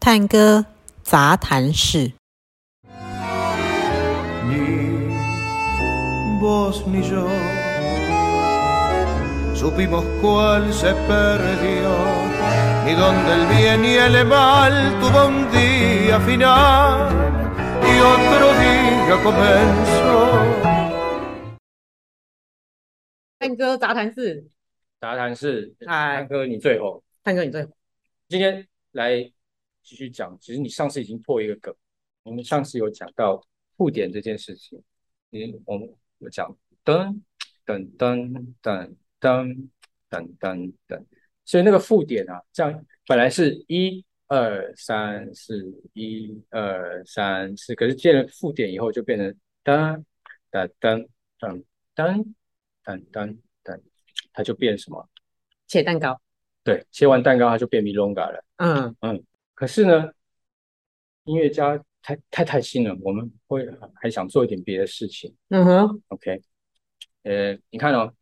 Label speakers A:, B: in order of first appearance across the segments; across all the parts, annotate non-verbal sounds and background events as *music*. A: 探戈杂谈室。
B: Ni vos ni yo supimos cuál se perdió, ni dónde el bien y el mal tuvo un día final y otro día comenzó.
C: 探戈杂谈室，
D: 杂谈室，
C: 嗨
D: 探哥你最红。
C: 探戈你最红，
D: 今天来继续讲，其实你上次已经破一个梗，我们上次有讲到复点这件事情。你我们有讲噔噔噔噔噔噔噔噔，所以那个复点啊，这样本来是一二三四一二三四，可是建了复点以后就变成噔噔噔噔噔噔噔噔，它就变什么？
C: 切蛋糕，
D: 对，切完蛋糕它就变 milonga 了。
C: 嗯，
D: 可是呢，音乐家太太太新了，我们会还想做一点别的事情。
C: 嗯哼，
D: OK，呃，你看哦，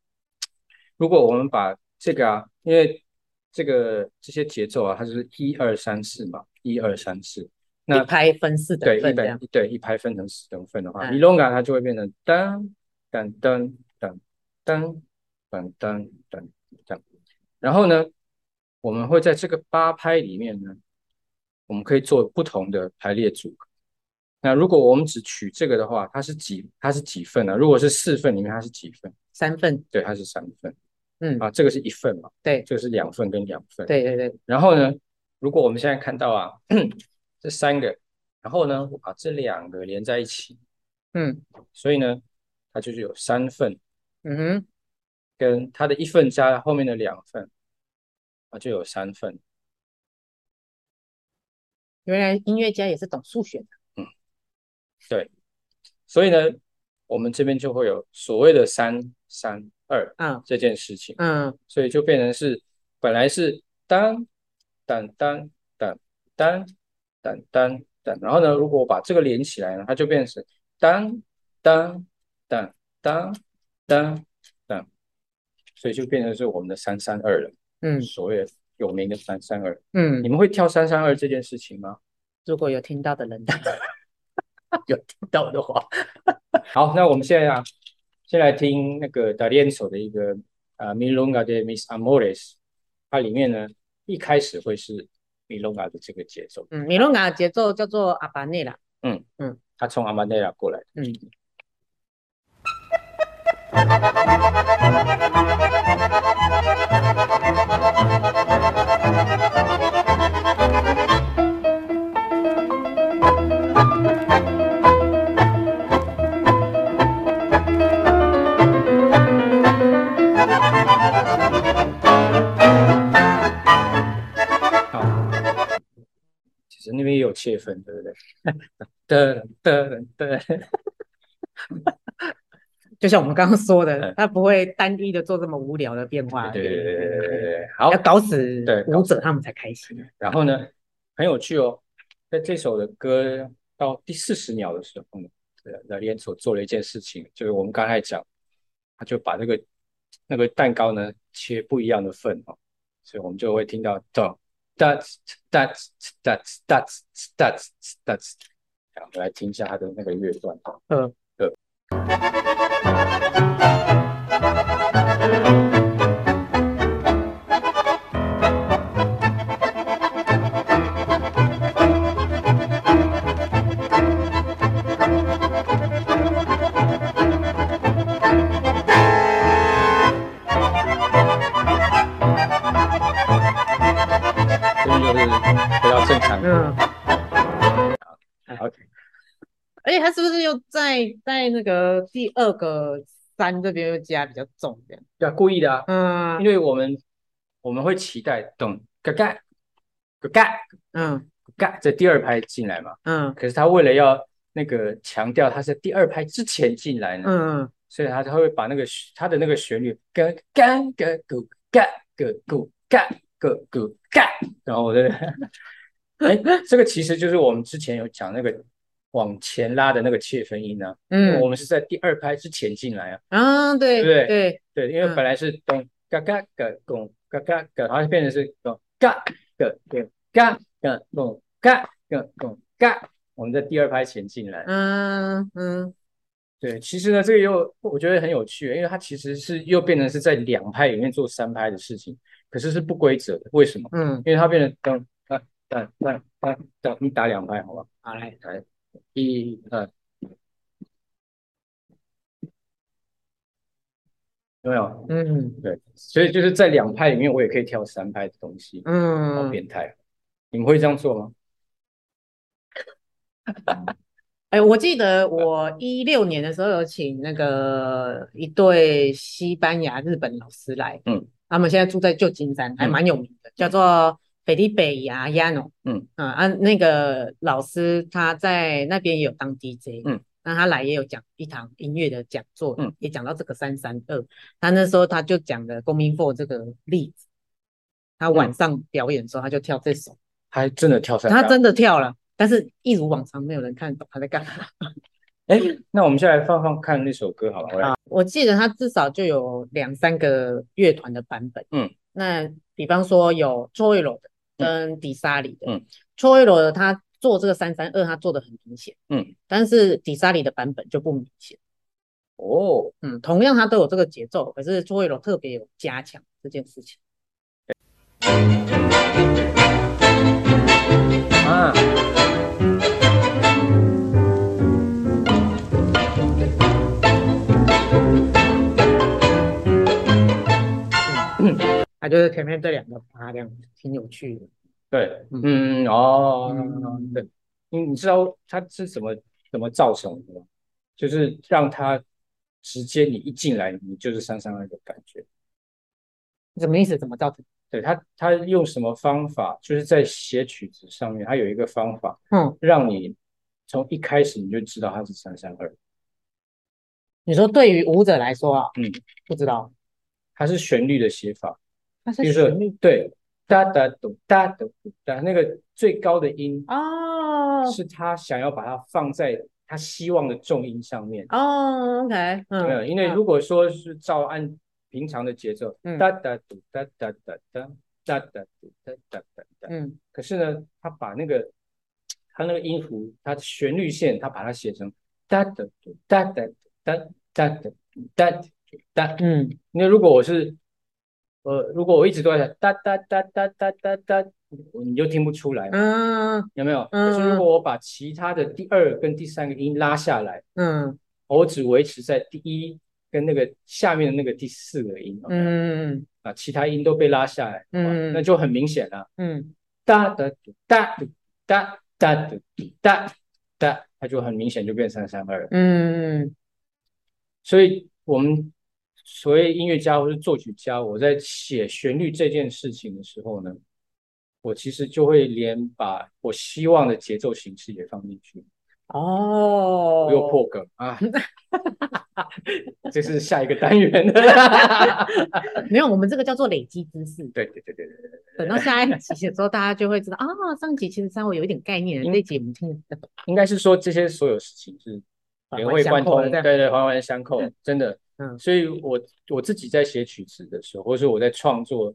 D: 如果我们把这个啊，因为这个这些节奏啊，它就是一二三四嘛，一二三四，那
C: 一拍分四等
D: 对一
C: 份这样
D: 等，对一拍分成四等份的话
C: 嗯
D: ，milonga 它就会变成噔噔噔噔噔噔噔噔噔。然后呢，我们会在这个八拍里面呢，我们可以做不同的排列组合。那如果我们只取这个的话，它是几它是几份啊呢、如果是四份里面，它是几份？
C: 三份，
D: 对，它是三份
C: 嗯，
D: 啊，这个是一份嘛，
C: 对
D: 这个是两份跟两份。
C: 对对对，
D: 然后呢，如果我们现在看到啊，这三个，然后呢，我把这两个连在一起，
C: 嗯
D: 所以呢，它就是有三份，
C: 嗯哼，
D: 跟它的一份加后面的两份，啊，就有三份。
C: 原来音乐家也是懂数学的，
D: 所以呢，我们这边就会有所谓的三三二
C: 嗯
D: 这件事情，
C: 嗯
D: 所以就变成是本来是当当当当当当当当，然后呢，如果我把这个连起来呢，它就变成当当当当当当，所以就变成是我们的三三二了，
C: 嗯
D: 所谓有名的三三二。
C: 嗯
D: 你，们会跳三三二这件事情吗？
C: 如果有听到的 *laughs* 人，
D: 有听到的话。好，那我们现在啊，先来听那个 d a l i e n o 的一个呃 Milonga de Mis Amores，它里面呢一开始会是 Milonga 的这个节奏，
C: 嗯，米隆嘎的节奏叫做阿巴内啦，
D: 它从 Amanella 过来的。
C: 嗯，
D: 好，其实那边也有切分，对不对？噔噔噔，
C: 就像我们刚刚说的
D: 嗯，
C: 他不会单一的做这么无聊的变化，
D: 啊对对对对对对对，好
C: 要。搞死
D: 对搞
C: 舞者他们才开心，
D: 然后呢，很有趣哦，在这首的歌到第四十秒的时候呢，呃，连所做了一件事情，就是我们刚才讲，他就把那个那个蛋糕呢切不一样的份哦，所以我们就会听到咚 dots dots dots dots dots dots，然后来听一下它的那个乐段。
C: 嗯，
D: 这边就是回到正常。
C: 嗯，
D: OK，
C: 而且他是不是又在在那个第二个三这边又加比较重这样？
D: 对啊，故意的啊，
C: 嗯
D: 因为我们我们会期待咚嘎嘎嘎嘎
C: 嗯
D: 嘎在第二拍进来嘛。
C: 嗯
D: 可是他为了要那个强调他是第二拍之前进来呢，
C: 嗯
D: 所以他他会把那个旋他的那个旋律干干个咕干个咕干个咕干，然后我这个，哎，这个其实就是我们之前有讲那个往前拉的那个切分音啊，
C: 嗯
D: 我们是在第二拍之前进来啊，
C: 啊，对
D: 对不对
C: 对，
D: 对，因为
C: 嗯
D: 本来是咚嘎嘎嘎咚嘎嘎嘎，然后就变成是咚嘎嘎嘎嘎嘎咚嘎，跟跟嘎，我们在第二拍前进来。
C: 嗯嗯
D: 对，其实呢，这个又我觉得很有趣，因为它其实是又变成是在两拍里面做三拍的事情，可是是不规则的。为什么？
C: 嗯，
D: 因为它变成当当当当当当，你打两拍好吧？
C: 好来，
D: 来，一二，有没有？
C: 嗯
D: 对，所以就是在两拍里面，我也可以挑三拍的东西，好
C: 嗯，
D: 变态。哦你们会这样做吗？
C: 哎，我记
D: 呃
C: 得我一六年的时候有请那个一对西班牙、日本老师来，
D: 嗯，
C: 他们现在住在旧金山，还
D: 嗯
C: 蛮有名的，叫做菲利贝亚亚诺，
D: 嗯
C: 嗯啊，那个老师他在那边也有当 DJ，
D: 嗯，
C: 那他来也有讲一堂音乐的讲座，
D: 嗯，
C: 也讲到这个三三二，他那时候他就讲了《公民 for》这个例子，他晚上表演的时候他就跳这首，
D: 还真的嗯跳三哦
C: 他
D: 拍。
C: 真的跳了，但是一如往常没有人看懂他在干嘛。
D: 哎，那我们现在来放放看那首歌好了。我来
C: 我记得它至少就有两三个乐团的版本。
D: 嗯，
C: 那比方说有 Troilo 的跟迪沙里的。
D: 嗯
C: ，Troilo 的他做这个三三二，他做的很明显。
D: 嗯，
C: 但是迪沙里的版本就不明显。
D: 哦。
C: 嗯，同样他都有这个节奏，可是 Troilo 特别有加强这件事情。
D: 啊。
C: 他就是前面这两个趴这样，挺有趣的。
D: 对，
C: 嗯
D: 嗯，哦，
C: 嗯
D: 对，你你知道它是怎么怎么造成的吗？就是让它直接你一进来，你就是三三二的感觉。
C: 什么意思？怎么造成？
D: 对，它它用什么方法？就是在写曲子上面，它有一个方法，
C: 嗯，
D: 让你从一开始你就知道它是三三二，
C: 你说对于舞者来说啊，
D: 嗯，
C: 不知道，
D: 它是旋律的写法。
C: 它是
D: 比如说
C: 旋律，
D: 对，哒哒咚哒哒咚哒，那个最高的音
C: 哦
D: 是他想要把它放在他希望的重音上面。
C: 哦，OK，嗯，
D: 没有，因为
C: 嗯
D: 如果说是照按平常的节奏，
C: 嗯
D: 哒哒嘟哒哒哒哒哒哒嘟哒哒哒哒，
C: 嗯
D: 可是呢，他把那个他那个音符，他的旋律线，他把它写成哒哒嘟哒哒嘟哒哒哒嘟哒哒嘟哒。
C: 嗯。
D: 那如果我是呃，如果我一直都在哒哒哒哒哒哒哒，你就听不出来嘛，
C: 嗯
D: 有没有？
C: 嗯
D: 可是如果我把其他的第二跟第三个音拉下来。
C: 嗯
D: 我只维持在第一跟那个下面的那个第四个音，
C: 嗯
D: 啊，其他音都被拉下来，哇
C: 嗯
D: 那就很明显了，
C: 嗯
D: 哒哒嘟哒嘟哒哒嘟哒哒，它就很明显就变三三二了。
C: 嗯
D: 所以，我们所谓音乐家或是作曲家，我在写旋律这件事情的时候呢，我其实就会连把我希望的节奏形式也放进去，
C: 哦，
D: 又破梗啊，这是下一个单元。 *laughs*
C: 呃没有？我们这个叫做累积知识，
D: 对对对对对，
C: 等到下一集的时候，大家就会知道啊，上集其实稍微有一点概念，这一集我们听得懂。
D: 应该是说这些所有事情是
C: 环
D: 也
C: 环
D: 会
C: 相
D: 贯
C: 扣的
D: 通，
C: 这
D: 对
C: 样
D: 对，环环相扣，真的。
C: 嗯
D: 所以我我自己在写曲子的时候，或是我在创作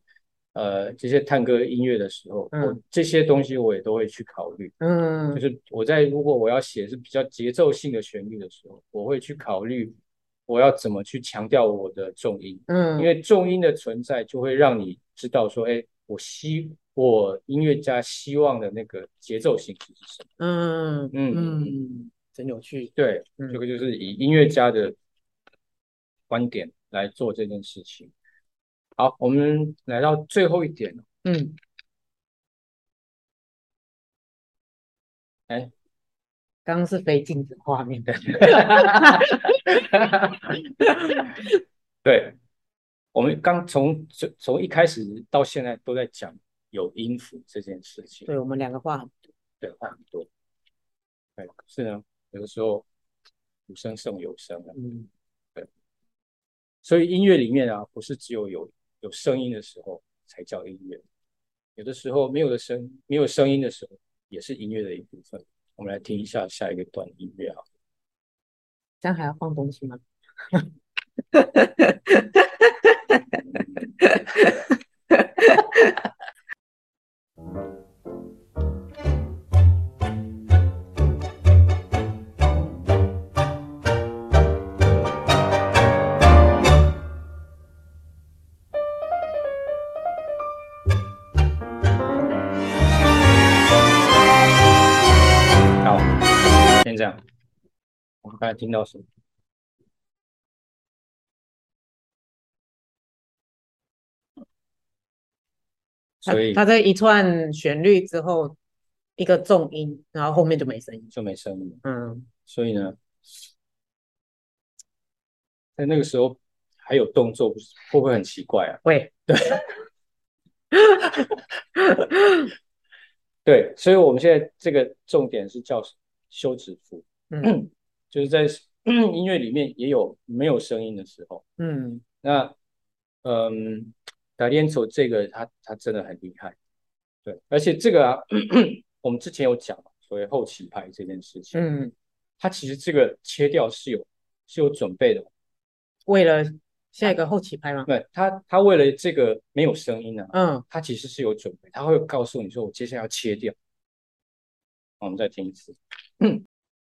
D: 呃这些探戈音乐的时候，
C: 嗯
D: 我这些东西我也都会去考虑。就
C: 嗯
D: 是我在如果我要写是比较节奏性的旋律的时候，我会去考虑我要怎么去强调我的重音。
C: 嗯，
D: 因为重音的存在，就会让你知道说，哎，我希我音乐家希望的那个节奏性是什么？
C: 嗯
D: 嗯
C: 嗯，真有趣。
D: 对，
C: 嗯
D: 这个就是以音乐家的观点来做这件事情。好，我们来到最后一点了，
C: 嗯，
D: 哎，
C: 刚刚是非镜子画面的，
D: 对，我们刚从从从一开始到现在都在讲有音符这件事情。
C: 对我们两个画很
D: 对，话很多。对，可是呢，有的时候无声胜有声啊。
C: 嗯
D: 所以音乐里面啊，不是只有有有声音的时候才叫音乐，有的时候没有的声没有声音的时候，也是音乐的一部分。我们来听一下下一个段音乐啊。
C: 这样还要放东西吗？
D: 我们刚才听到什么？
C: 它
D: 所以
C: 它在一串旋律之后，一个重音，然后后面就没声音。
D: 就没声音了。
C: 嗯，
D: 所以呢，在那个时候还有动作，不是会不会很奇怪啊？
C: 会，
D: 对，所以我们现在这个重点是叫休止符，
C: 嗯
D: 就是在 *clears throat* 音乐里面也有没有声音的时候。
C: *laughs* 嗯，
D: 那，嗯，达利安索这个他他真的很厉害，对，而且这个啊， *clears throat* 我们之前有讲嘛所谓后期拍这件事情，
C: 嗯，
D: 他其实这个切掉是有是有准备的，
C: 为了下一个后期拍吗？
D: 对，他他为了这个没有声音啊，
C: 嗯
D: 他其实是有准备，他会告诉你说我接下来要切掉，好我们再听一次， *clears throat*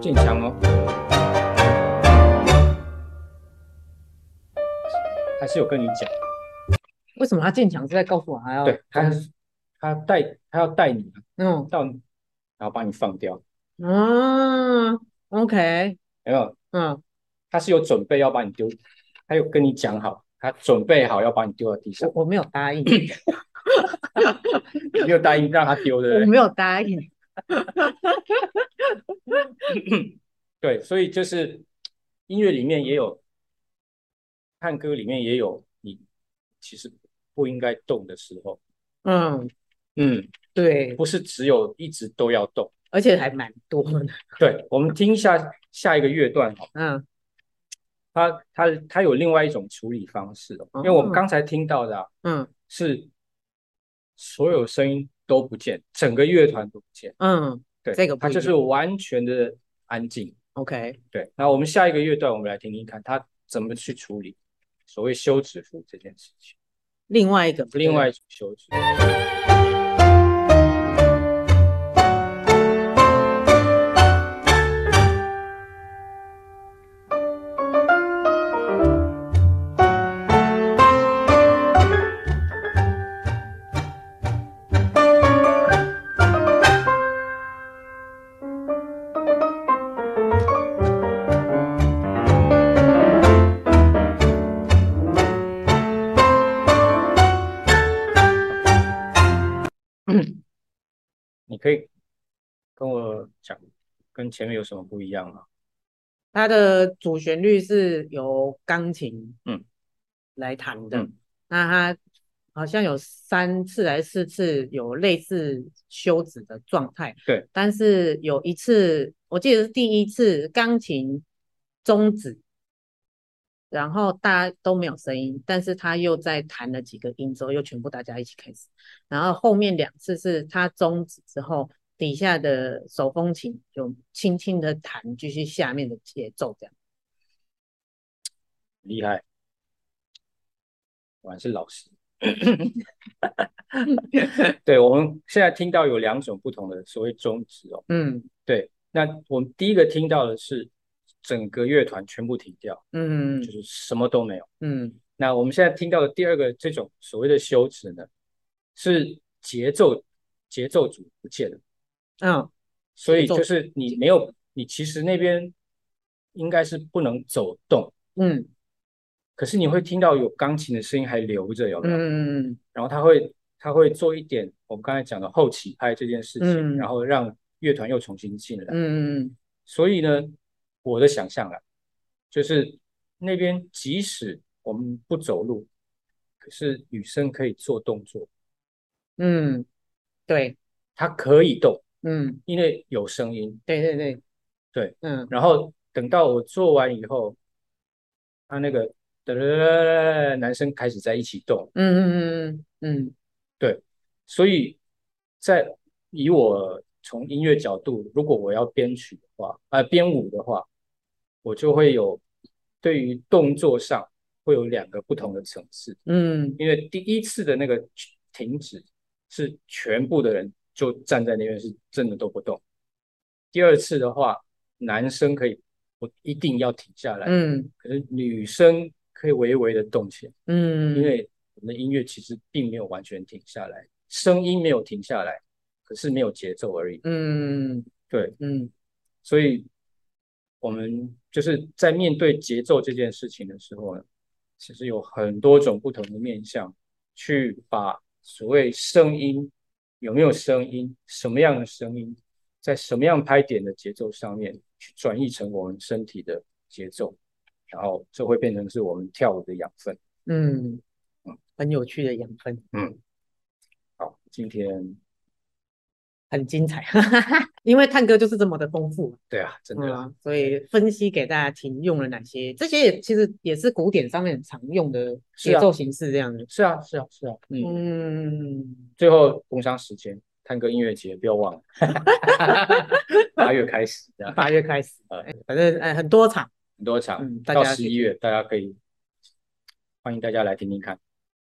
D: 渐强哦，还是有跟你讲，
C: 为什么他进场是在告诉我还要？
D: 对，他他带他要带你啊
C: 嗯
D: 到，然后把你放掉，
C: 啊，OK，
D: 有没有？
C: 嗯
D: 他是有准备要把你丢，他有跟你讲好，他准备好要把你丢到地上，
C: 我我没有答
D: *laughs*
C: 应，
D: 你有答应让他丢，对
C: 我
D: 不对？
C: 没有答应。
D: 对，所以就是音乐里面也有，看歌里面也有，你其实不应该动的时候，
C: 嗯，
D: 嗯，
C: 对，
D: 不是只有一直都要动。
C: 而且还蛮多的。
D: 对，我们听一下下一个乐段好，
C: 嗯
D: 它它它有另外一种处理方式哦，因为我们刚才听到的啊
C: 嗯
D: 是所有声音都不见，整个乐团都不见。
C: 嗯
D: 对，
C: 这个
D: 它
C: 不一
D: 就是
C: 样
D: 完全的安静。
C: ，OK，
D: 对，那我们下一个乐段，我们来听听看他怎么去处理所谓休止符这件事情。
C: 另外一个，
D: 另外一种休止符，你可以跟我讲，跟前面有什么不一样吗？
C: 它的主旋律是由钢琴
D: 嗯
C: 来弹的，
D: 嗯
C: 那它好像有三次还是四次有类似休止的状态，
D: 对，
C: 但是有一次我记得是第一次钢琴终止，然后大家都没有声音，但是他又再弹了几个音之后，又全部大家一起开始，然后后面两次是他终止之后。底下的手风琴就轻轻的弹，继续下面的节奏这样。
D: 厉害，果然是老师。 *laughs* 对，我们现在听到有两种不同的所谓终止哦。
C: 嗯
D: 对，那我们第一个听到的是整个乐团全部停掉，
C: 嗯
D: 就是什么都没有。
C: 嗯
D: 那我们现在听到的第二个这种所谓的休止呢，是节奏节奏组不见了，
C: 嗯
D: 所以
C: 节奏
D: 就
C: 组
D: 是你没有，你其实那边应该是不能走动，
C: 嗯
D: 可是你会听到有钢琴的声音还留着，有没有？
C: 嗯
D: 然后他会他会做一点我们刚才讲的后起拍这件事情，
C: 嗯
D: 然后让乐团又重新进来。
C: 嗯
D: 所以呢，我的想象啊，就是那边即使我们不走路，可是女生可以做动作。
C: 嗯，对，
D: 它可以动，
C: 嗯
D: 因为有声音。
C: 对对对
D: 对，
C: 嗯
D: 然后等到我做完以后，他那个哒哒哒哒男生开始在一起动，
C: 嗯嗯嗯嗯
D: 所以在以我从音乐角度，如果我要编曲的话，呃，编舞的话，我就会有对于动作上会有两个不同的层次，
C: 嗯
D: 因为第一次的那个停止是全部的人就站在那边是真的都不动，第二次的话，男生可以不一定要停下来，
C: 嗯
D: 可是女生可以微微的动起来，因
C: 嗯
D: 为我们的音乐其实并没有完全停下来，声音没有停下来，可是没有节奏而已。
C: 嗯
D: 对，
C: 嗯
D: 所以我们就是在面对节奏这件事情的时候呢，其实有很多种不同的面向，去把所谓声音有没有声音，什么样的声音，在什么样拍点的节奏上面去转译成我们身体的节奏，然后这会变成是我们跳舞的养分。
C: 嗯，很有趣的养分，
D: 嗯，好，今天
C: 很精彩， *laughs* 因为探戈就是这么的丰富。
D: 对啊，真的啦，
C: 嗯，所以分析给大家听用了哪些，这些也其实也是古典上面很常用的
D: 是
C: 节
D: 啊
C: 奏形式这样的。
D: 是啊，是啊，是啊，嗯。
C: 嗯，
D: 最后工商时间，探戈音乐节，不要
C: *laughs*
D: 忘了，八月开始的，
C: 八月开始，
D: 呃
C: 哎反正哎很多场，
D: 很多场，
C: 嗯大
D: 到
C: 家
D: 十一月，大家可以欢迎大家来听听看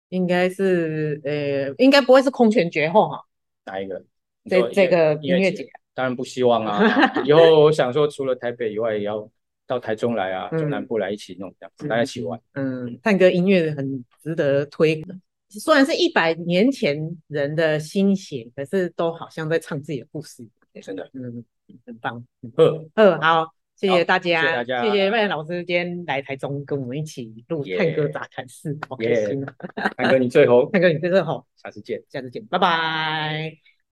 C: 应该是呃应该不会是空前绝后哈。
D: 哪一个。你
C: 这
D: 说
C: 这个
D: 音
C: 音乐
D: 节
C: 节，
D: 当然不希
C: *laughs*
D: 望啊。以后我想说，除了台北以外，也要到台中来啊，
C: 嗯
D: 中南部来一起弄，这样子大家一起玩。
C: 嗯，探戈音乐很值得推，虽然是一百年前人的心血，可是都好像在唱自己的故事。
D: 真的，
C: 嗯，很棒。 *laughs*
D: 呵，
C: 嗯，好，谢
D: 好
C: 谢大
D: 谢谢
C: 家，
D: 大家
C: 谢谢麦老师今天来台中跟我们一起录
D: 耶
C: 探戈杂谈室，好开
D: 耶
C: 心啊！
D: 探戈你最红，
C: 探哥，你真的好，
D: 下次见。
C: 下次见，拜拜。